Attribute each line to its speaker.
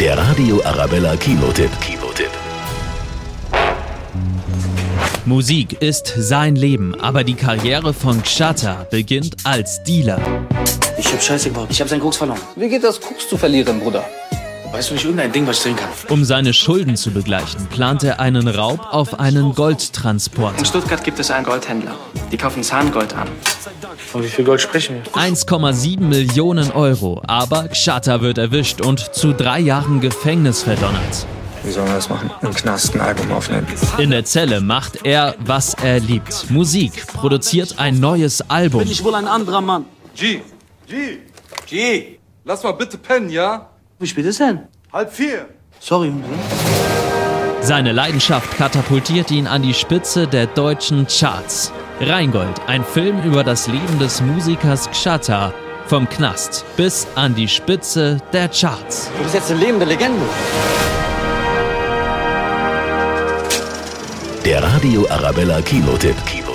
Speaker 1: Der Radio Arabella Kinotipp. Kinotipp.
Speaker 2: Musik ist sein Leben, aber die Karriere von Xhata beginnt als Dealer.
Speaker 3: Ich hab Scheiße gebaut. Ich hab seinen Koks verloren.
Speaker 4: Wie geht das, Koks zu verlieren, Bruder?
Speaker 3: Weißt du nicht irgendein Ding, was ich drehen kann?
Speaker 2: Um seine Schulden zu begleichen, plant er einen Raub auf einen
Speaker 5: In
Speaker 2: Goldtransporter.
Speaker 5: Stuttgart gibt es einen Goldhändler. Die kaufen Zahngold an.
Speaker 3: Von wie viel Gold sprechen wir?
Speaker 2: 1,7 Millionen Euro, aber Xhata wird erwischt und zu drei Jahren Gefängnis verdonnert.
Speaker 6: Wie sollen wir das machen? Im Knast ein Album aufnehmen.
Speaker 2: In der Zelle macht er, was er liebt. Musik, produziert ein neues Album.
Speaker 4: Ich wohl ein anderer Mann.
Speaker 7: G. G. G. Lass mal bitte pennen, ja?
Speaker 3: Wie spät ist denn?
Speaker 7: Halb vier.
Speaker 3: Sorry, Junge.
Speaker 2: Seine Leidenschaft katapultiert ihn an die Spitze der deutschen Charts. Rheingold, ein Film über das Leben des Musikers Xhata. Vom Knast bis an die Spitze der Charts.
Speaker 3: Du bist jetzt eine lebende Legende.
Speaker 1: Der Radio Arabella Kinotipp. Kinotipp.